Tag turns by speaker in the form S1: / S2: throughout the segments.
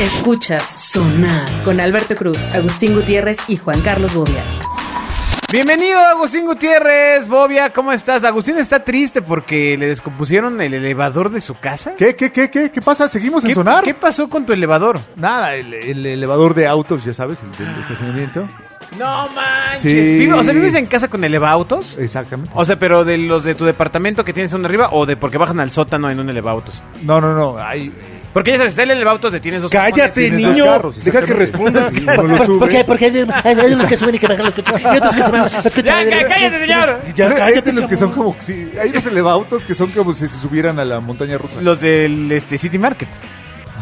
S1: Escuchas Sonar con Alberto Cruz, Agustín Gutiérrez y Juan Carlos Bobia.
S2: Bienvenido Agustín Gutiérrez, Bobia, ¿cómo estás? Agustín está triste porque le descompusieron el elevador de su casa.
S3: ¿Qué, qué, qué, qué? ¿Qué pasa? ¿Seguimos en sonar?
S2: ¿Qué pasó con tu elevador?
S3: Nada, el, el elevador de autos, ya sabes, el del estacionamiento.
S2: No manches.
S3: Sí. Eh.
S2: Vive- O sea, ¿vives en casa con elevautos?
S3: Exactamente.
S2: O sea, pero de los de tu departamento que tienes uno arriba o de porque bajan al sótano en un elevautos.
S3: No, no, no. Ay,
S2: Porque ya sabes, está el elevautos de tienes dos
S4: Cállate,
S3: tienes
S4: niño.
S3: dos carros,
S4: Deja que
S3: exactamente.
S4: responda.
S3: Sí, uno lo subes.
S5: Porque, porque hay, hay, hay unos que suben y que bajan los coches. Y otros que se van. Los coches
S2: Ya, cá- cállate, señor.
S3: Ya, cállate los
S5: chavo.
S3: que son como... sí, hay unos elevautos que son como si se subieran a la montaña rusa.
S2: Los del este, City Market.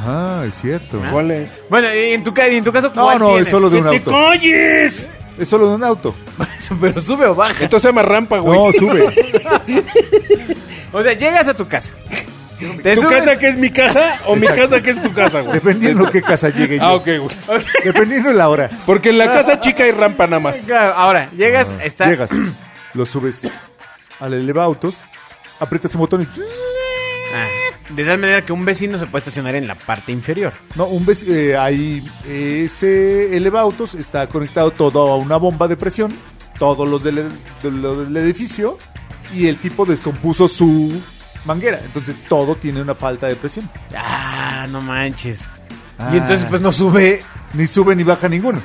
S3: Ah, es cierto.
S4: ¿Cuál es?
S2: Bueno, y en tu, ca- y en tu caso,
S3: No,
S2: ¿cuál
S3: no,
S2: tienes?
S3: es solo de un
S4: ¡Te
S3: auto.
S4: calles!
S3: Es solo de un auto.
S2: Pero sube o baja.
S4: Entonces me rampa,
S6: Ah,
S4: güey.
S3: No, sube.
S2: O sea, llegas a tu casa. Te
S4: ¿Tu
S2: subes-
S4: casa que es mi casa o mi
S3: Exacto.
S4: casa que es tu casa, güey?
S3: Dependiendo de qué casa llegue yo.
S4: Ah, ok, güey.
S3: Dependiendo de la hora.
S4: Porque en la casa chica hay rampa nada más.
S2: Claro, ahora, llegas, está.
S3: Ah, Llegas, lo subes al elevautos, aprietas un botón y...
S2: Ah, de tal manera que un vecino se puede estacionar en la parte inferior.
S3: No, un vez eh, ahí eh, ese elevautos está conectado todo a una bomba de presión, todos los del, ed- de lo del edificio, y el tipo descompuso su manguera. Entonces todo tiene una falta de presión.
S2: Ah, no manches.
S3: Ah.
S2: Y entonces, pues no sube.
S3: Ni sube ni baja ninguno.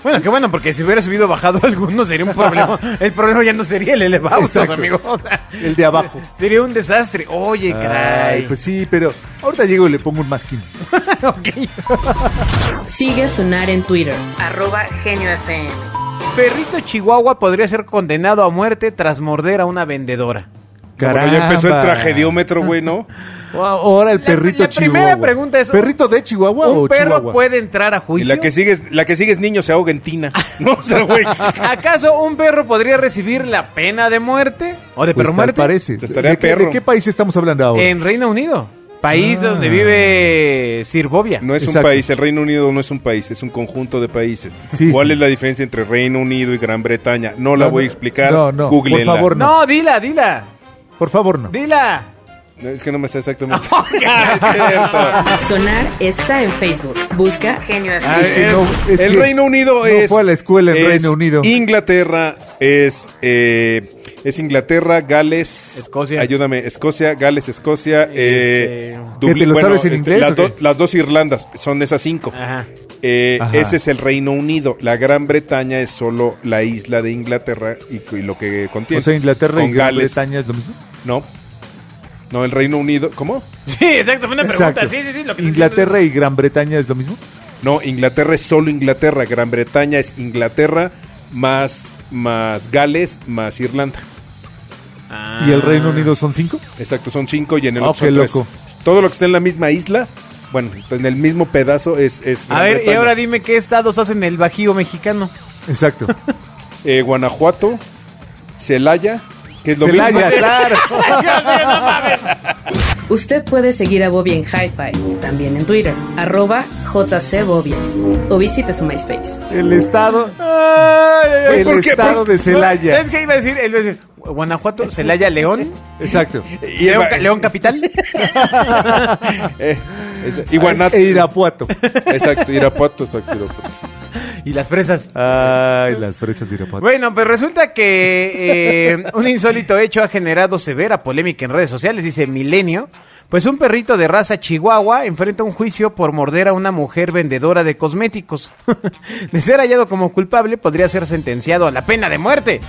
S2: Bueno, qué bueno, porque si hubiera subido o bajado alguno sería un problema. el problema ya no sería el elevado,
S3: Exacto.
S2: amigo. O sea,
S3: El de abajo.
S2: sería un desastre. Oye, caray.
S3: Ay, pues sí, pero ahorita llego y le pongo un masking.
S2: Ok.
S1: Sigue a Sonar en Twitter, arroba Genio FM.
S2: Perrito chihuahua podría ser condenado a muerte tras morder a una vendedora.
S4: Bueno, ya empezó el tragediómetro, güey, ¿no?
S3: Ahora el
S2: La-
S3: perrito
S2: la
S3: chihuahua.
S2: primera pregunta es-
S3: ¿Perrito de Chihuahua o
S2: ¿Un perro
S3: Chihuahua?
S2: puede entrar a
S4: Y
S2: juicio?
S4: la que sigue es, la que sigue es niño se ahoga en tina. No, o sea, güey.
S2: ¿Acaso un perro podría recibir la pena de muerte? ¿O de
S3: Pues
S2: perro
S3: tal
S2: muerte?
S3: parece.
S4: Pues estaría
S3: ¿De qué,
S4: perro.
S3: de qué país estamos hablando ahora?
S2: En Reino Unido, país
S3: Ah.
S2: donde vive Sir Bobia.
S4: No es un
S3: Exacto.
S4: país, el Reino Unido no es un país, es un conjunto de países.
S3: Sí,
S4: ¿Cuál
S3: sí.
S4: es la diferencia entre Reino Unido y Gran Bretaña? No la
S3: No,
S4: voy a
S3: no,
S4: explicar.
S3: no, no, por
S4: Googleenla.
S3: favor,
S2: No, dila, dila,
S3: Por favor, no.
S2: dila.
S4: No, Es que no me sé exactamente.
S1: Sonar está en Facebook. Busca Genio FM.
S3: es que
S4: el,
S3: no, es
S4: el
S3: que
S4: Reino Unido
S3: no
S4: es.
S3: fue a la escuela en
S4: es
S3: Reino Unido.
S4: Inglaterra es. eh, es Inglaterra, Gales.
S2: Escocia.
S4: Ayúdame, Escocia, Gales, Escocia. eh, este,
S3: ¿Qué, te lo sabes en inglés
S4: Las,
S3: o qué?
S4: do- las dos Irlandas son esas cinco.
S2: Ajá.
S4: Eh,
S3: Ajá.
S4: ese es el Reino Unido. La Gran Bretaña es solo la isla de Inglaterra y, y lo que contiene.
S3: O sea, Inglaterra y
S4: Con
S3: Gran
S4: Gales.
S3: Bretaña es lo mismo.
S4: No. No, el Reino Unido. ¿Cómo?
S2: Sí, exacto, fue una pregunta.
S3: Exacto.
S2: Sí, sí, sí. lo que
S3: Inglaterra y Gran Bretaña es lo mismo.
S4: No, Inglaterra es solo Inglaterra. Gran Bretaña es Inglaterra más, más Gales más Irlanda.
S3: ¿Y el Reino Unido son cinco?
S4: Exacto, son cinco y en el
S3: Ah,
S4: otro
S3: qué
S4: son tres.
S3: loco.
S4: Todo lo que está en la misma isla, bueno, en el mismo pedazo es. es
S2: A
S4: Gran
S2: ver, y
S4: Bretaña.
S2: ahora dime qué estados hacen el bajío mexicano.
S3: Exacto.
S4: Eh, Guanajuato, Celaya, que es lo
S3: Celaya,
S4: mismo.
S3: claro.
S1: Usted puede seguir a Bobia en Hi-Fi, también en Twitter, arroba JCBobia. O visite su MySpace.
S3: El estado.
S4: Güey,
S3: El
S4: ¿por qué?
S3: estado
S4: ¿Por-
S3: de Celaya.
S2: ¿Sabes qué iba a decir? Él iba a decir Guanajuato, Celaya, León.
S3: Exacto.
S4: Y
S2: León,
S4: Eva-
S2: León Capital.
S4: Eh, ese- Iguanato.
S3: E Irapuato.
S4: Exacto, Irapuato, exacto, Irapuato.
S2: y las fresas.
S3: Ay, las fresas de Irapuato.
S2: Bueno, pues resulta que eh, un insólito hecho ha generado severa polémica en redes sociales, dice Milenio. Pues un perrito de raza chihuahua enfrenta un juicio por morder a una mujer vendedora de cosméticos. De ser hallado como culpable, podría ser sentenciado a la pena de muerte.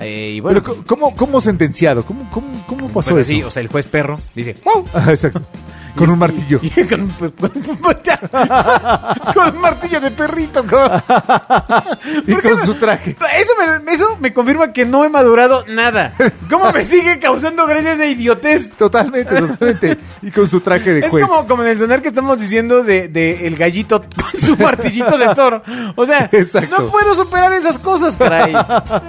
S2: Eh, y bueno,
S3: Pero, ¿cómo- ¿cómo, cómo sentenciado? ¿Cómo, cómo, cómo
S2: pues
S3: pasó
S2: así,
S3: eso?
S2: o sea, el juez perro dice, "Wow".
S3: Ah, Exacto. Con un martillo.
S2: Y con, un pe- con pues, un- con un martillo de perrito. cabrón.
S3: Y
S2: ¿Por qué
S3: con
S2: me-
S3: su traje.
S2: Eso me, eso me confirma que no he madurado nada. ¿Cómo me sigue causando gracias de idiotez?
S3: Totalmente, totalmente. Y con su traje de
S2: Es
S3: juez.
S2: como, como en el sonar que estamos diciendo de, de el gallito con su martillito de toro. O sea,
S3: Exacto.
S2: no puedo superar esas cosas, caray.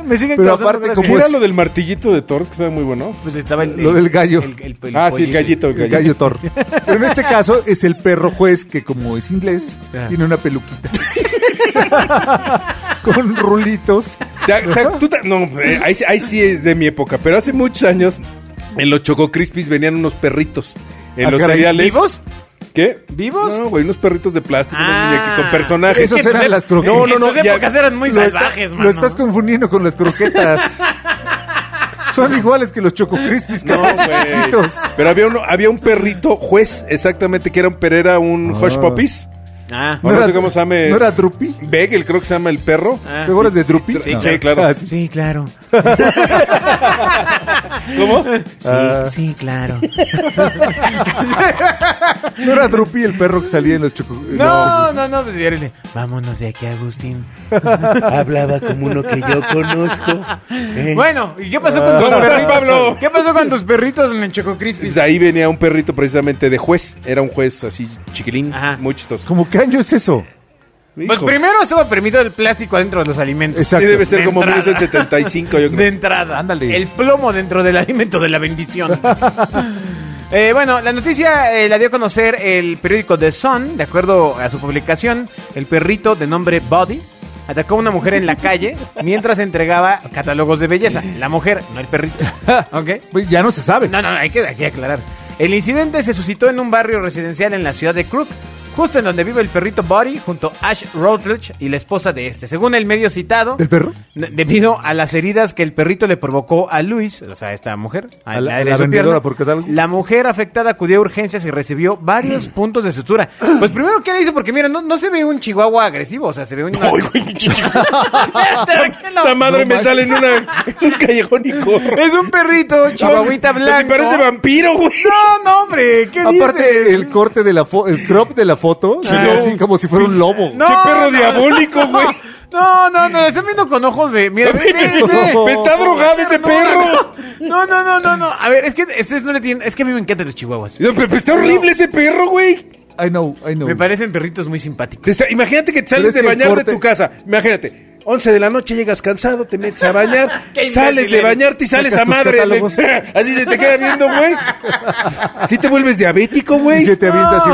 S2: Me siguen
S3: Pero
S2: causando
S3: aparte,
S2: gracia.
S3: como
S4: ¿Qué era
S3: es-
S4: lo del martillito de Thor? Que estaba muy bueno.
S2: Pues estaba el,
S3: lo
S2: el-
S3: del gallo.
S4: Ah, sí, el
S2: pollito.
S4: gallito, el
S3: El
S4: gallito.
S3: gallo Thor. Pero en este caso es el perro juez que como es inglés,
S2: Ah.
S3: tiene una peluquita. Con rulitos.
S4: Ya, ya, tú ta- no, eh, ahí, sí- ahí sí es de mi época, pero hace muchos años en los Choco Crispies venían unos perritos en
S3: Ah,
S4: los
S3: caray,
S4: cereales.
S2: ¿vivos?
S4: Que ¿Qué?
S2: ¿Vivos?
S4: No, güey, unos perritos de plástico, unos
S2: Ah.
S4: muñequi- con personajes.
S3: Esos
S2: Es que,
S3: eran
S2: pues,
S3: las
S2: en-
S3: croquetas.
S4: No, no, no,
S2: En tus
S4: ya-
S2: épocas eran muy
S3: Lo, está-
S2: salvajes,
S3: lo
S2: mano.
S3: estás confundiendo con las croquetas. Son iguales que los Choco Crispies,
S4: No,
S3: cabrón,
S4: güey.
S3: chiquitos.
S4: Pero había, uno, había un perrito juez, exactamente, que era un perera, un Hush Puppies.
S2: Ah.
S4: No, no sé cómo se llama.
S3: ¿No era Drupi?
S4: Bagel, creo que se llama el perro.
S2: Ah.
S3: ¿Te acuerdas de Drupi?
S4: Sí,
S3: No.
S4: sí, claro.
S3: Ah, sí.
S2: Sí, claro.
S4: ¿Cómo?
S2: Sí,
S3: Ah.
S2: sí, claro.
S3: ¿No era Drupi el perro que salía en los Choco
S2: No, no, no, pues ya le- Vámonos de aquí, Agustín.
S6: Hablaba como uno que yo conozco. ¿eh?
S2: Bueno, ¿y qué pasó
S3: Ah.
S2: con tus
S4: ¿Dónde está
S2: perritos?
S4: Pablo?
S2: ¿Qué pasó con tus perritos en el Choco Crispis?
S4: Pues ahí venía un perrito precisamente de juez. Era un juez así chiquilín,
S2: Ajá.
S4: muy chistoso.
S3: ¿Cómo qué año es eso?
S2: Pues
S4: Hijo.
S2: primero estuvo permitido el plástico adentro de los alimentos.
S3: Exacto.
S4: Sí, debe ser
S2: De
S4: como
S2: entrada.
S4: 1975, yo
S2: De
S4: creo.
S2: entrada.
S3: Ándale.
S2: El plomo dentro del alimento de la bendición. Eh, bueno, la noticia eh, la dio a conocer el periódico The Sun. De acuerdo a su publicación, el perrito de nombre Buddy atacó a una mujer en la calle mientras entregaba catálogos de belleza. La mujer, no el perrito. ¿Ok?
S3: Pues ya no se sabe.
S2: No, no, hay que, hay que aclarar. El incidente se suscitó en un barrio residencial en la ciudad de Crook, justo en donde vive el perrito Buddy junto a Ash Routledge y la esposa de este. Según el medio citado,
S3: ¿Del perro?
S2: n- debido a las heridas que el perrito le provocó a Luis, o sea, a esta mujer,
S3: A la-
S2: de
S3: la
S2: su
S3: vendedora, porque tal-
S2: la mujer afectada acudió a urgencias y recibió varios
S3: Mm.
S2: puntos de sutura. Pues primero, ¿qué le hizo? Porque mira, no, no se ve un chihuahua agresivo, o sea, se ve un...
S4: Esa madre me sale en, una, en un callejón y corro.
S2: es un perrito, chihuahuita blanco.
S4: Me parece vampiro, güey.
S2: No, no, hombre, ¿qué dices?
S3: Aparte, el corte de la foto, el crop de la foto, se ve
S2: no.
S3: así como si fuera un lobo.
S4: Che perro diabólico, güey.
S2: No, no, no, le están viendo con ojos de. Mira, ve, ve, ve.
S4: Me está drogado ese
S2: No,
S4: perro.
S2: No, no, no, no, no. A ver, es que ustedes no le tienen. Es que a mí me encantan los chihuahuas.
S4: No, pero Está horrible ese perro, güey.
S3: I know, I know.
S2: Me parecen perritos muy simpáticos.
S4: Te está- imagínate que te
S3: Pero
S4: sales
S3: es
S4: de
S3: que el
S4: bañar
S3: corte-
S4: de tu casa. Imagínate. 11 de la noche llegas cansado, te metes a bañar,
S2: Qué imbécil
S4: sales de
S2: eres.
S4: bañarte y sales
S3: Sacas
S4: a
S3: tus
S4: madre. le-
S3: catálogos.
S4: así se te queda viendo, güey. Si te vuelves diabético, güey.
S3: Y se te avienta así.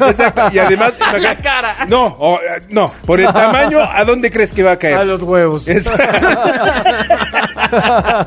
S4: Exacto. Y además.
S2: La cara.
S4: No, o, eh, no. Por el tamaño, ¿a dónde crees que va a caer?
S2: A los huevos.
S4: Es-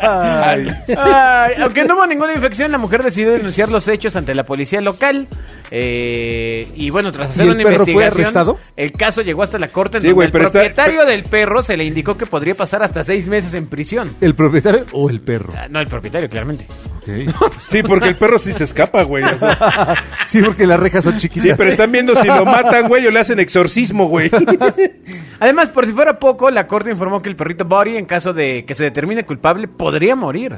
S3: Ay.
S2: Ay, aunque no hubo ninguna infección, la mujer decidió denunciar los hechos ante la policía local. Eh, y bueno, tras hacer
S3: ¿Y el
S2: una
S3: perro fue
S2: investigación,
S3: arrestado?
S2: el caso llegó hasta la corte. en
S4: Sí,
S2: donde
S4: güey,
S2: el
S4: pero está-
S2: propietario del perro se le indicó que podría pasar hasta seis meses en prisión.
S3: ¿El propietario o el perro?
S2: Ah, No, el propietario, claramente.
S3: Ok.
S4: sí, porque el perro sí se escapa, güey. o sea.
S3: Sí, porque las rejas son
S4: sí,
S3: chiquitas.
S4: pero están viendo si lo matan, güey, o le hacen exorcismo, güey.
S2: Además, por si fuera poco, la corte informó que el perrito Buddy, en caso de que se determine culpable, podría morir.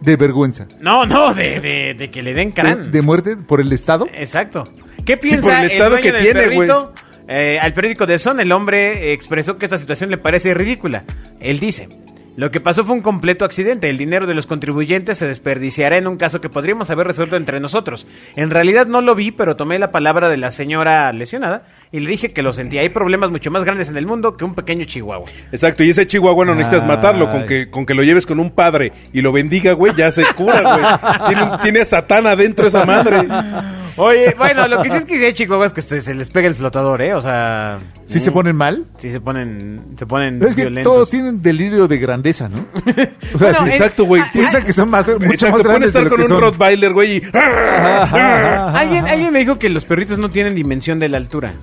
S3: De vergüenza.
S2: No, no, de, de- de que le den
S3: De,
S2: crán.
S3: de muerte por el Estado.
S2: Exacto. ¿Qué piensa
S4: por el estado
S2: dueño
S4: que
S2: del
S4: tiene, güey.
S2: perrito? Eh, al periódico de Son, el hombre expresó que esta situación le parece ridícula. Él dice, lo que pasó fue un completo accidente. El dinero de los contribuyentes se desperdiciará en un caso que podríamos haber resuelto entre nosotros. En realidad no lo vi, pero tomé la palabra de la señora lesionada y le dije que lo sentía. Hay problemas mucho más grandes en el mundo que un pequeño chihuahua.
S4: Exacto, y ese chihuahua no necesitas
S3: Ay.
S4: matarlo, con que, con que lo lleves con un padre y lo bendiga, güey, ya se cura, güey. Tiene, un- tiene a Satán adentro esa madre.
S2: Oye, bueno, lo que sí es que hay chihuahuas que se, se les pega el flotador, ¿eh? O sea...
S3: ¿Sí
S4: Eh,
S3: se ponen mal?
S2: Sí se ponen, se ponen
S3: Pero es que
S2: violentos.
S3: todos tienen delirio de grandeza, ¿no? O sea,
S2: Bueno,
S3: sí,
S2: en-
S4: exacto, güey.
S3: Piensan que son más, mucho
S4: Exacto,
S3: más
S4: pueden
S3: grandes de
S4: estar
S3: lo
S4: con
S3: que
S4: un
S3: son.
S4: Rottweiler, güey, y...
S2: ¿Alguien, alguien me dijo que los perritos no tienen dimensión de la altura.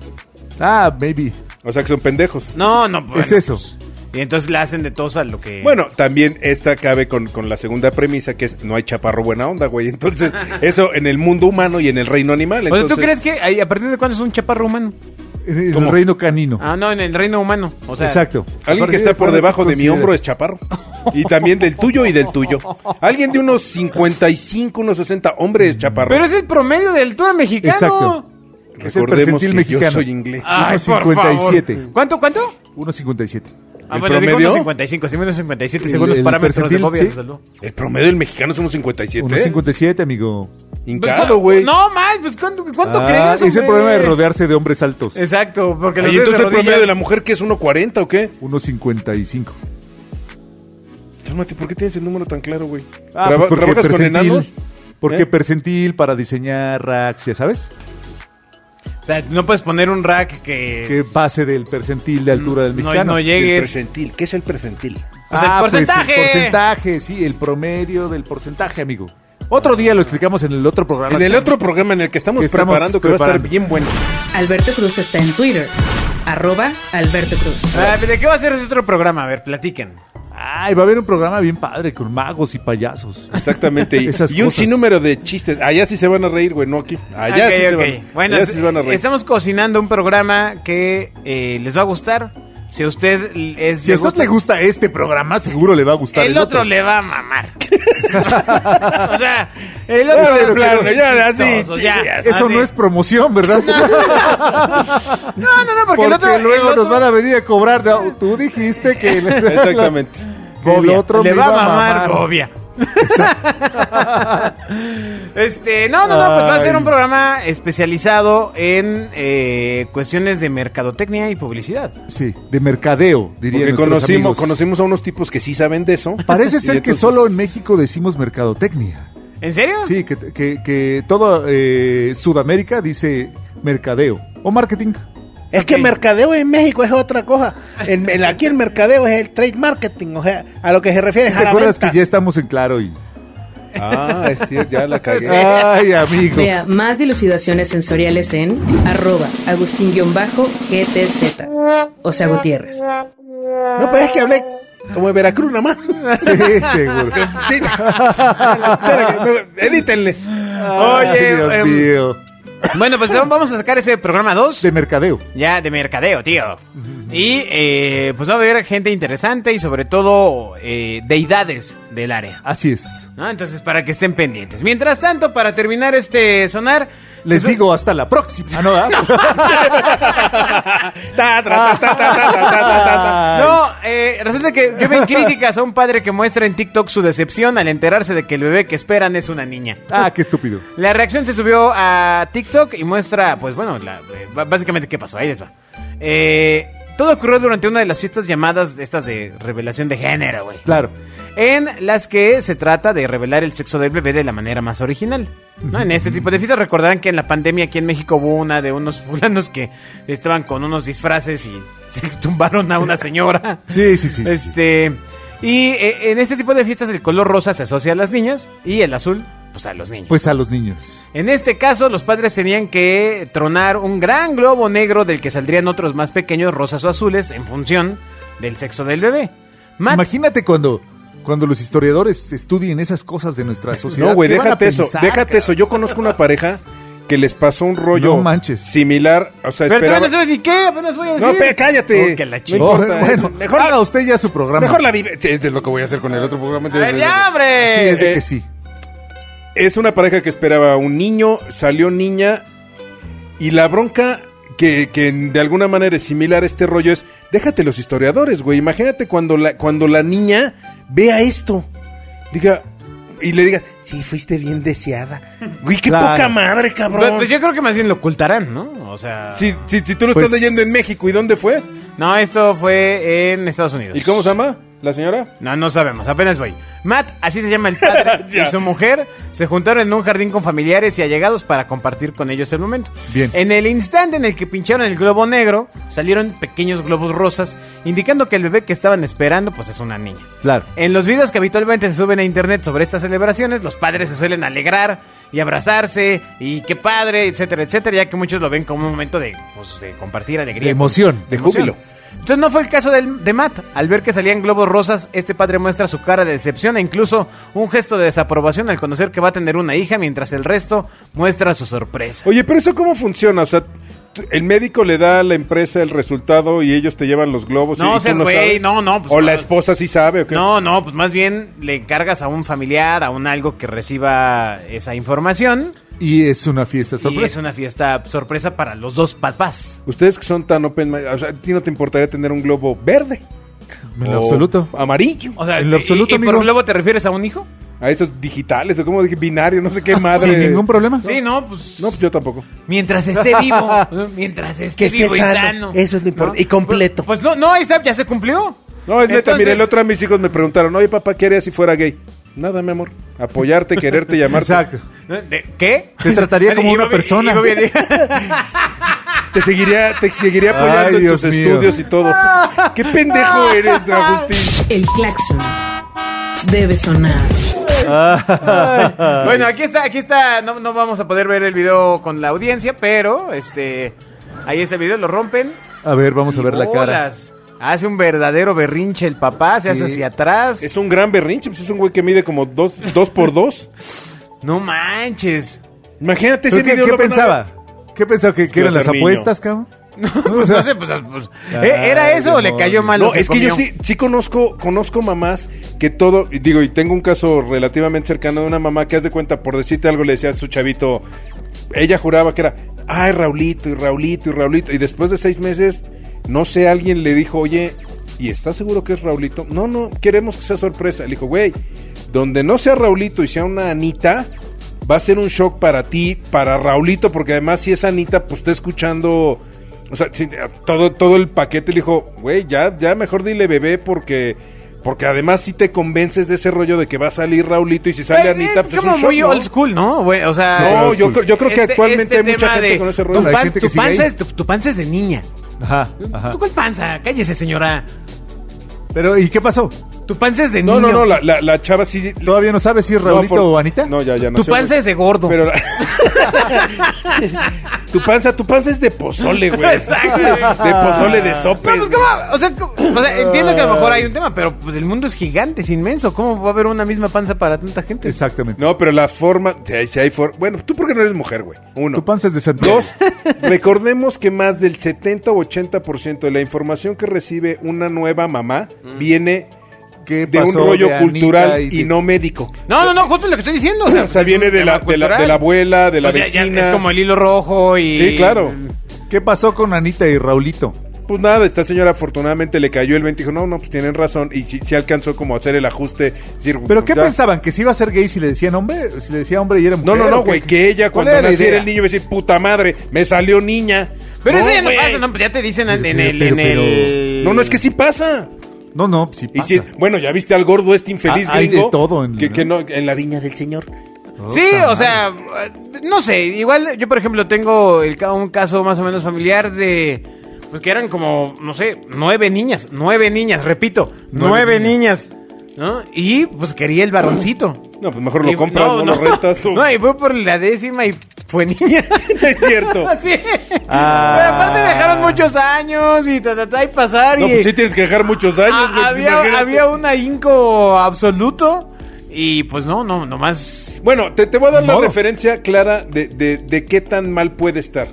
S3: Ah, maybe.
S4: O sea, que son pendejos.
S2: No, no. bueno,
S3: es eso.
S4: pues,
S2: Y entonces le hacen de tos a lo que...
S4: Bueno, también esta cabe con, con la segunda premisa, que es no hay chaparro buena onda, güey. Entonces, eso en el mundo humano y en el reino animal.
S2: O sea, ¿tú
S4: entonces-
S2: crees que ahí- a partir de cuándo es un chaparro humano?
S3: En el
S4: ¿Cómo?
S3: reino canino.
S2: Ah, no, en el reino humano. O sea,
S3: Exacto.
S4: Alguien que está por debajo de mi hombro es chaparro. Y también del tuyo y del tuyo. Alguien de unos 55, unos 60 hombres es chaparro.
S2: Pero es el promedio de altura mexicano.
S3: Exacto. Es el
S4: Recordemos que
S3: percentil
S4: yo
S3: mexicano.
S4: soy inglés.
S2: Ay, por
S3: 1.57.
S2: favor. ¿Cuánto, cuánto?
S3: 1.57.
S2: Ah,
S4: ¿El
S2: bueno, digo
S4: promedio?
S2: unos 55, sí, unos 57
S3: El-
S2: según los
S3: el
S2: parámetros de
S3: percentil,
S2: fobia.
S3: sí.
S2: de salud.
S4: El promedio del mexicano somos 57. ¿eh?
S3: 1.57, amigo.
S4: Hincado, güey.
S2: No, mal, pues ¿cuánto, cuánto
S3: Ah,
S2: crees?
S3: Es el
S2: hombre?
S3: problema de rodearse de hombres altos.
S2: Exacto, porque los
S4: Ay,
S2: dedos
S4: entonces el
S2: rodillas-
S4: promedio de la mujer que es 1.40 o qué?
S3: 1.55.
S4: Cálmate, ¿por qué tienes el número tan claro, güey?
S3: Ah,
S4: Traba-
S3: pues porque
S4: ¿Trabajas con
S3: percentil-
S4: enanos?
S3: Porque
S4: ¿Eh?
S3: percentil para diseñar racks, ya sabes.
S2: O sea, no puedes poner un rack que...
S3: Que pase del percentil de altura del
S2: no,
S3: mexicano.
S2: no
S4: El
S2: llegues.
S4: percentil. ¿Qué es el percentil?
S3: ah,
S2: Pues el porcentaje.
S3: el porcentaje, sí, el promedio del porcentaje, amigo. Otro día lo explicamos en el otro programa.
S4: En el otro programa en el que estamos,
S3: Que estamos
S4: preparando, que va a
S3: preparando.
S4: estar bien bueno.
S1: Alberto Cruz está en Twitter. Arroba Alberto Cruz.
S2: Ah, ¿De qué va a ser ese otro programa? A ver, platiquen.
S3: Ay, va a haber un programa bien padre con magos y payasos.
S4: Exactamente. Y,
S3: Esas
S4: y un
S3: cosas.
S4: sinnúmero de chistes. Allá sí se van a reír, güey, no aquí. Allá
S2: Ok,
S4: Ah, sí se
S2: ok.
S4: van a-
S2: Bueno,
S4: allá sí se van a reír.
S2: estamos cocinando un programa que eh, les va a gustar. Si a usted es...
S3: Si a usted le gusta este programa, seguro le va a gustar
S2: El
S3: el,
S2: otro le va a mamar. o sea, el
S4: Bueno,
S2: otro
S4: de
S2: le
S4: plano,
S2: va a
S4: ya, así,
S2: ya.
S4: chillas.
S3: Eso
S2: así.
S3: no es promoción, ¿verdad?
S2: No, no, no, porque,
S3: Porque
S2: el otro...
S3: luego
S2: el otro-
S3: nos van a venir a cobrar. No, tú dijiste que el,
S4: Exactamente.
S3: que el
S2: Bobia.
S3: otro
S2: le
S3: me
S2: va a
S3: iba
S2: mamar Bobia. este, no, no, no, pues va a ser
S3: Ay.
S2: un programa especializado en eh, cuestiones de mercadotecnia y publicidad.
S3: Sí, de mercadeo, diría
S4: Porque
S3: nuestros
S4: conocimos,
S3: amigos.
S4: conocimos a unos tipos que sí saben de eso.
S3: Parece
S4: Y
S3: ser que
S4: entonces-
S3: solo en México decimos mercadotecnia.
S2: ¿En serio?
S3: Sí, que, que, que todo eh, Sudamérica dice mercadeo o marketing.
S6: Es que mercadeo en México es otra cosa. En- en- aquí el mercadeo es el trade marketing, o sea, a lo que se refiere
S3: ¿Sí
S6: es
S3: ¿Te
S6: a la
S3: acuerdas
S6: venta.
S3: que ya estamos en claro y...
S4: Ah, es cierto, ya la cagué.
S3: Ay, amigo.
S1: Vea más dilucidaciones sensoriales en arroba Agustín-GTZ. O sea, Gutiérrez.
S6: No, pues es que hablé como de Veracruz nada más.
S3: Sí, seguro.
S4: Sí. Espera que- Edítenle.
S3: Ay, Dios
S2: em,
S3: mío.
S2: Bueno, pues vamos a sacar ese programa 2.
S3: De mercadeo.
S2: Ya, de mercadeo, tío. Y eh, pues va a haber gente interesante y sobre todo eh, deidades del área.
S3: Así es.
S2: ¿no? Entonces, para que estén pendientes. Mientras tanto, para terminar este sonar...
S3: Les
S2: se su-
S3: digo hasta la próxima. Ah, no, ¿verdad?
S4: Ta, tra, ta, ta, ta, ta, ta, ta, ta.
S2: No, eh, resulta que lleven críticas a un padre que muestra en TikTok su decepción al enterarse de que el bebé que esperan es una niña.
S3: Ah, qué estúpido.
S2: La reacción se subió a TikTok y muestra, pues bueno, la- eh, b- básicamente qué pasó. Ahí les va. Eh, todo ocurrió durante una de las fiestas llamadas estas de revelación de género, güey.
S3: Claro.
S2: En las que se trata de revelar el sexo del bebé de la manera más original. ¿no? En este tipo de fiestas recordarán que en la pandemia aquí en México hubo una de unos fulanos que estaban con unos disfraces y se tumbaron a una señora.
S3: Sí, sí, sí. sí.
S2: Este. Y eh, en este tipo de fiestas el color rosa se asocia a las niñas y el azul, pues a los niños.
S3: Pues a los niños.
S2: En este caso, los padres tenían que tronar un gran globo negro del que saldrían otros más pequeños, rosas o azules, en función del sexo del bebé. Matt-
S3: Imagínate cuando, cuando los historiadores estudien esas cosas de nuestra sociedad.
S4: No, güey,
S3: ¿qué van a
S4: déjate eso.
S3: pensar,
S4: Déjate eso. Yo conozco una pareja que les pasó un rollo
S3: No manches.
S4: similar. O sea,
S2: pero todavía
S4: esperaba.
S2: no sabes ni qué, apenas voy a decir.
S4: No, pe- cállate.
S2: Oh, que la
S4: No
S2: chingada.
S3: Oh,
S4: importa, ¿eh?
S3: bueno,
S4: mejor
S3: haga
S4: la-
S3: usted ya su programa.
S4: Mejor la vive. Che, Es lo que voy a hacer con el otro programa.
S2: A ver, ya,
S3: Sí,
S2: hombre.
S3: es de
S4: eh,
S3: que sí.
S4: Es una pareja que esperaba un niño, salió niña. Y la bronca que, que de alguna manera es similar a este rollo es: déjate los historiadores, güey. Imagínate cuando la, cuando la niña vea esto. Diga. Y le digas,
S6: Sí, fuiste bien deseada. Güey, qué
S3: Claro.
S6: poca madre,
S2: Pero,
S6: cabrón.
S2: pues, yo creo que más bien lo ocultarán, ¿no? O sea.
S4: si, si, si tú lo
S3: Pues-
S4: estás leyendo en México, ¿y dónde fue?
S2: No, esto fue en Estados Unidos.
S4: ¿Y cómo se llama la señora?
S2: No, no sabemos, apenas voy. Matt, así se llama el padre, y
S4: Ya.
S2: su mujer se juntaron en un jardín con familiares y allegados para compartir con ellos el momento.
S3: Bien.
S2: En el instante en el que pincharon el globo negro, salieron pequeños globos rosas, indicando que el bebé que estaban esperando pues es una niña.
S3: Claro.
S2: En los videos que habitualmente se suben a internet sobre estas celebraciones, los padres se suelen alegrar y abrazarse y qué padre, etcétera, etcétera, ya que muchos lo ven como un momento de, pues, de compartir alegría.
S3: De emoción,
S2: de
S3: de
S2: júbilo.
S3: júbilo.
S2: Entonces no fue el caso del- de Matt. Al ver que salían globos rosas, este padre muestra su cara de decepción e incluso un gesto de desaprobación al conocer que va a tener una hija, mientras el resto muestra su sorpresa.
S4: Oye, pero eso cómo funciona? O sea, tú- el médico le da a la empresa el resultado y ellos te llevan los globos.
S2: No
S4: y tú
S2: seas güey,
S4: sabes.
S2: no, no, pues
S4: o
S2: no.
S4: la esposa sí sabe. ¿o qué?
S2: No, no, pues más bien le encargas a un familiar, a un algo que reciba esa información.
S3: Y es una
S2: Y
S3: fiesta
S2: es
S3: sorpresa.
S2: una fiesta sorpresa para los dos papás.
S4: Ustedes que son tan open, mind, o sea, a ti no te importaría tener un globo verde.
S3: En lo
S4: O
S3: absoluto.
S4: Amarillo.
S2: O sea,
S3: En lo
S2: ¿y-
S3: absoluto,
S2: ¿y, por
S3: amigo.
S2: globo te refieres a un hijo?
S4: A esos digitales o como dije, binario, no sé qué madre.
S3: Sin ningún problema.
S2: Sí, no, pues
S4: No, pues yo tampoco.
S2: mientras esté vivo, ¿no? mientras esté,
S6: Que esté
S2: vivo y
S6: sano,
S2: sano.
S6: eso es lo importante, y completo.
S2: Pues, no, no, ahí está, ya se cumplió.
S4: No, es neta,
S2: Entonces-
S4: mira, el otro de mis hijos me preguntaron, oye papá, ¿qué harías si fuera gay? Nada, mi amor. Apoyarte, quererte, llamarte.
S3: Exacto.
S2: ¿De- ¿Qué?
S3: Te trataría como
S2: Y
S3: una
S2: Bobby-
S3: persona.
S2: y Bobby dijo,
S4: Te seguiría, te seguiría
S3: Ay,
S4: apoyando en
S3: Dios
S4: tus
S3: mío.
S4: estudios y todo. Qué pendejo eres, Agustín.
S1: El claxon debe sonar.
S2: Bueno, aquí está, aquí está. No, no vamos a poder ver el video con la audiencia, pero este. Ahí está el video, lo rompen.
S3: A ver, vamos a
S2: y
S3: ver la cara.
S2: bolas. Hace un verdadero berrinche el papá, se hace
S3: Sí.
S2: hacia atrás.
S4: Es un gran berrinche, pues es un güey que mide como dos, dos por dos.
S2: No manches.
S4: Imagínate
S3: ¿Tú
S4: ese
S3: qué,
S4: video.
S3: qué
S4: lo van a
S3: pensaba? ¿Qué pensaba? ¿Que, que eran
S4: Iba a
S3: las
S4: ser niño.
S3: apuestas, cabrón?
S2: Pues no sé, pues, pues, ¿eh, ¿Era
S3: Ay,
S2: eso o le
S3: demonio.
S2: cayó mal?
S4: No,
S2: lo
S4: es que yo
S2: comió?
S4: sí, sí conozco, conozco mamás que todo, y digo, y tengo un caso relativamente cercano de una mamá que haz de cuenta, por decirte algo, le decía a su chavito, ella juraba que era, ay, Raulito, y Raulito, y Raulito, y después de seis meses, no sé, alguien le dijo, oye, ¿y estás seguro que es Raulito? No, no, queremos que sea sorpresa. Le dijo, güey, donde no sea Raulito y sea una Anita, va a ser un shock para ti, para Raulito, porque además si es Anita, pues está escuchando, o sea, si- todo, todo el paquete le dijo, güey, ya, ya mejor dile bebé porque... Porque además si te convences de ese rollo de que va a salir Raulito y si sale
S2: Pues,
S4: Anita,
S2: es
S4: pues es un
S2: como
S4: shock,
S2: muy
S4: ¿no?
S2: old school, ¿no? Güey, o sea,
S4: No, yo,
S3: school.
S4: creo- yo creo que
S2: este-
S4: actualmente
S2: este
S4: hay mucha
S2: tema
S4: gente
S2: de
S4: con ese
S2: Tu,
S4: rollo.
S3: Hay
S2: pan-
S3: gente
S2: tu
S3: que sigue
S2: panza
S3: ahí.
S2: es, tu, tu panza es de niña.
S3: Ajá, ajá.
S2: ¿Tú cuál panza? Cállese, señora.
S3: Pero, ¿y qué pasó?
S2: Tu panza es de
S4: No,
S2: niño.
S4: no, no, la, la, la chava sí...
S3: ¿Todavía no sabes si es Raulito
S4: no, for-
S3: o Anita?
S4: No, ya, ya no.
S2: Tu panza es de gordo.
S4: Pero... tu panza, tu panza es de pozole, güey.
S2: Exacto, güey.
S4: De pozole de sopes.
S2: No, pues, ¿cómo? O sea, ¿cómo? O sea, entiendo que a lo mejor hay un tema, pero pues el mundo es gigante, es inmenso. ¿Cómo va a haber una misma panza para tanta gente?
S3: Exactamente.
S4: No, pero la forma... Si hay, si hay for- Bueno, tú porque no eres mujer, güey. Uno.
S3: Tu panza es de Santiago.
S4: Dos, recordemos que más del 70 o 80% de la información que recibe una nueva mamá
S2: Mm.
S4: viene
S3: ¿Qué
S4: de un
S3: pasó
S4: rollo
S3: de Anita
S4: cultural
S3: y
S4: y,
S3: de-
S4: no médico.
S2: No, no, no, justo lo que estoy diciendo. O sea,
S4: O sea, viene de la, de la, de la abuela, de la vecina.
S2: Pues es como el hilo rojo y.
S4: Sí, claro.
S3: ¿Qué pasó con Anita y Raulito?
S4: Pues nada, esta señora afortunadamente le cayó el 20 y dijo, no, no, pues tienen razón. Y sí, sí alcanzó como a hacer el ajuste. decir, pues
S3: ¿Pero qué
S4: ya.
S3: pensaban? ¿Que si iba a ser gay si le decían hombre? Si le decía hombre y era mujer.
S4: No, no,
S3: ¿o
S4: no,
S3: qué?
S4: güey, que ella
S3: ¿Cuál
S4: cuando
S3: era la
S4: naciera
S3: idea?
S4: el niño iba a decir, puta madre, me salió niña.
S2: Pero eso ya no
S4: güey.
S2: pasa, no, pues ya te dicen en, en
S3: Pero,
S2: el,
S3: pero,
S2: en el.
S4: No, no, es que sí pasa.
S3: No, no, sí
S4: Y
S3: pasa.
S4: sí, bueno, ya viste al gordo este infeliz
S3: Ah, hay
S4: gringo
S3: de todo en-
S4: que, que no, en la viña del señor.
S2: Sí,
S3: Puta
S2: o sea, eh, no sé, igual yo por ejemplo tengo el ca- un caso más o menos familiar de pues que eran como, no sé, nueve niñas, nueve niñas, repito, nueve, niñas. ¿no? Y pues quería el varoncito.
S4: No, pues mejor
S2: Y-
S4: lo compras, no, lo rentas. o-
S2: No, y fue por la décima y fue niña.
S4: No es cierto. Ah.
S2: Sí. Pero aparte dejaron muchos años y ta, ta, ta, y pasar
S4: No,
S2: y
S4: pues sí tienes que dejar muchos años.
S2: a-
S4: güey, pues imagínate.
S2: Ah, había, había un ahínco absoluto y pues no, no, nomás...
S4: Bueno, te, te voy a dar
S3: Ni
S4: la
S3: modo.
S4: referencia clara de, de- de qué tan mal puede estar.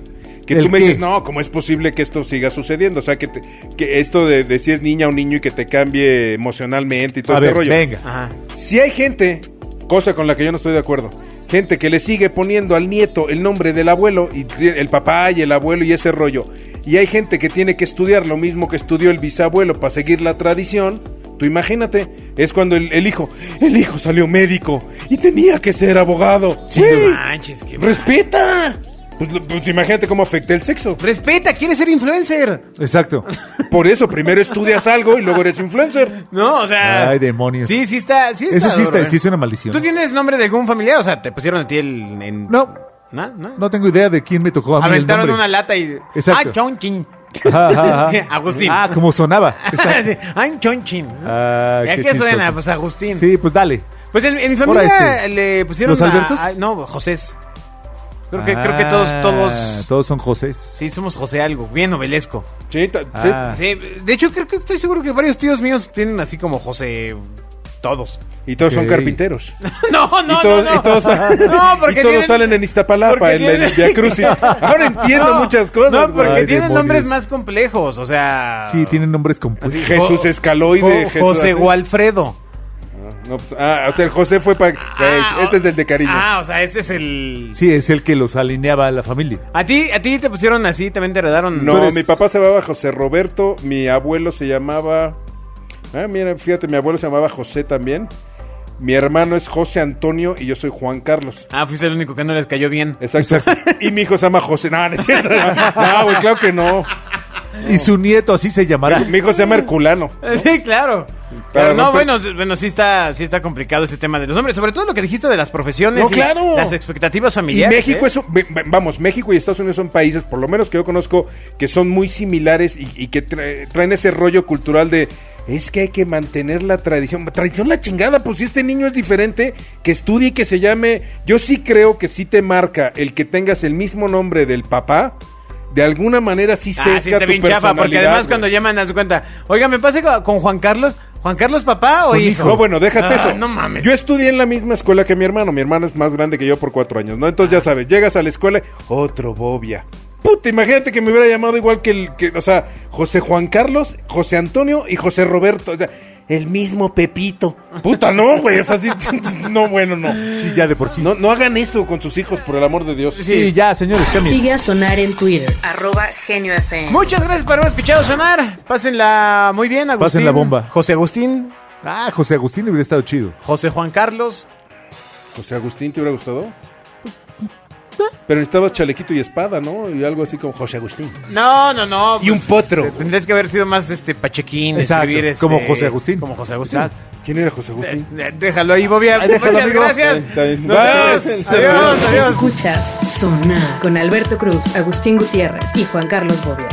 S4: Que
S3: ¿El
S4: tú me
S3: qué?
S4: dices, no, ¿cómo es posible que esto siga sucediendo? O sea, que, te- que esto de, de si es niña o niño y que te cambie emocionalmente y todo
S3: A
S4: este
S3: ver,
S4: rollo.
S3: venga.
S2: Ajá.
S4: Si hay gente, cosa con la que yo no estoy de acuerdo, gente que le sigue poniendo al nieto el nombre del abuelo, y ti- el papá y el abuelo y ese rollo, y hay gente que tiene que estudiar lo mismo que estudió el bisabuelo para seguir la tradición, tú imagínate, es cuando el, el hijo, el hijo salió médico y tenía que ser abogado.
S2: Sí,
S4: Güey,
S2: no manches, qué
S4: ¡Respeta! Pues, lo- pues imagínate cómo afecta el sexo.
S2: Respeta, quiere ser influencer.
S3: Exacto.
S4: Por eso, primero estudias algo y luego eres influencer.
S2: No, o sea.
S3: Ay, demonios.
S2: Sí, sí está. Sí está
S3: Eso sí
S2: duro,
S3: está,
S2: ¿eh?
S3: sí es una maldición.
S2: ¿Tú tienes nombre de algún familiar? O sea, te pusieron a ti el. en-
S3: No,
S2: ¿No? ¿No?
S3: no tengo idea de quién me tocó a mí el
S2: Aventaron
S3: nombre.
S2: una lata y.
S3: Exacto.
S2: Ah, Chonchin.
S3: Ajá, ajá, ajá.
S2: Agustín.
S3: Ah, como sonaba. Exacto.
S2: Sí, Ay, Chonchin.
S3: Ah,
S2: ¿Y a qué,
S3: qué
S2: suena?
S3: chistoso.
S2: Pues Agustín.
S3: Sí, pues dale.
S2: Pues en, en mi
S3: Ahora
S2: familia
S3: este.
S2: le pusieron.
S3: ¿Los
S2: a-
S3: Albertos?
S2: a- no, Josés. Creo que,
S3: Ah,
S2: creo que todos, todos.
S3: Todos son Josés.
S2: Sí, somos José algo. Bien novelesco.
S4: Sí, ta- sí.
S3: Ah.
S2: Sí, de hecho, creo que estoy seguro que varios tíos míos tienen así como José. Todos.
S4: Y todos son
S3: Ok.
S4: carpinteros.
S2: No, no,
S4: y todos,
S2: no, no.
S4: y todos,
S2: No, porque
S4: y todos
S2: tienen-
S4: salen en Iztapalapa,
S2: porque
S4: en la- en el
S2: tienen-
S4: Via Crucis. Ahora entiendo
S2: No,
S4: muchas cosas.
S2: No,
S4: güey.
S2: porque
S3: Ay,
S2: tienen
S3: demonios.
S2: nombres más complejos, o sea.
S3: Sí, tienen nombres compuestos.
S2: así,
S4: pues Jesús
S2: Jo-
S4: Escaloide,
S2: Jo-
S4: Jesús
S2: José
S4: así.
S2: Walfredo.
S4: No, pues, ah, o sea, el José fue para.
S2: Ah,
S4: este
S2: o-
S4: es el de cariño.
S2: Ah, o sea, este es el.
S3: Sí, es el que los alineaba a la familia.
S2: ¿A ti, a ti te pusieron así, también te heredaron.
S4: no,
S3: tú eres-
S4: mi papá se llamaba José Roberto, mi abuelo se llamaba. Ah, mira, fíjate, mi abuelo se llamaba José también. Mi hermano es José Antonio y yo soy Juan Carlos.
S2: Ah, fuiste el único que no les cayó bien.
S4: Exacto. y mi hijo se llama José. No, no es cierto. No, güey, claro que no.
S3: Y su nieto así se llamará.
S4: Mi hijo se llama Herculano.
S2: Sí, claro. Pero,
S4: Pero
S2: no,
S4: no,
S2: bueno, bueno, sí está, sí está complicado ese tema de los hombres, sobre todo lo que dijiste de las profesiones
S4: No,
S2: y
S4: claro.
S2: las expectativas
S4: Y
S2: familiares.
S4: México
S2: ¿eh?
S4: es, un- ve- ve- vamos, México y Estados Unidos son países, por lo menos que yo conozco, que son muy similares y, y que tra- traen ese rollo cultural de es que hay que mantener la tradición. Tradición la chingada, pues si este niño es diferente, que estudie y que se llame. Yo sí creo que sí te marca el que tengas el mismo nombre del papá. De alguna manera sí se
S2: Ah, sí, está bien chafa, porque además cuando llaman a su cuenta, oiga, ¿me pase co- con Juan Carlos? ¿Juan Carlos papá o hijo?
S4: No, bueno, déjate
S2: Ah,
S4: eso.
S2: No mames.
S4: Yo estudié en la misma escuela que mi hermano. Mi hermano es más grande que yo por cuatro años, ¿no? Entonces ya
S2: Ah.
S4: sabes, llegas a la escuela, otro bobia. Puta, imagínate que me hubiera llamado igual que el que, o sea, José Juan Carlos, José Antonio y José Roberto. O sea, el mismo Pepito. Puta, no, güey. O sea, sí, no, bueno, no.
S3: Sí, ya de por sí.
S4: No, no hagan eso con sus hijos, por el amor de Dios.
S3: sí, ya, señores, cambien.
S1: Sigue a sonar en Twitter. Arroba Genio FM.
S2: Muchas gracias por haber escuchado sonar. Pásenla muy bien, Agustín.
S3: Pásenla bomba.
S2: José Agustín,
S3: Ah, José Agustín hubiera estado chido.
S2: José Juan Carlos.
S4: José Agustín, ¿te hubiera gustado?
S2: Pues, ¿eh?
S4: Pero necesitabas chalequito y espada, ¿no? Y algo así como José Agustín.
S2: Pues, No, no, no.
S4: Y un
S2: pues,
S4: potro.
S2: eh, Tendrías que haber sido más este pachequín,
S3: Exacto,
S2: escribir este-
S3: como José Agustín.
S2: Como José Agustín.
S4: ¿Quién era José Agustín?
S2: Eh, Déjalo ahí, Bobia.
S3: Ahí déjalo,
S2: Muchas
S3: amigo.
S2: gracias.
S4: Está bien,
S2: Nos vemos.
S4: está bien.
S2: Adiós, adiós.
S1: Escuchas Sonar con Alberto Cruz, Agustín Gutiérrez y Juan Carlos Bobia.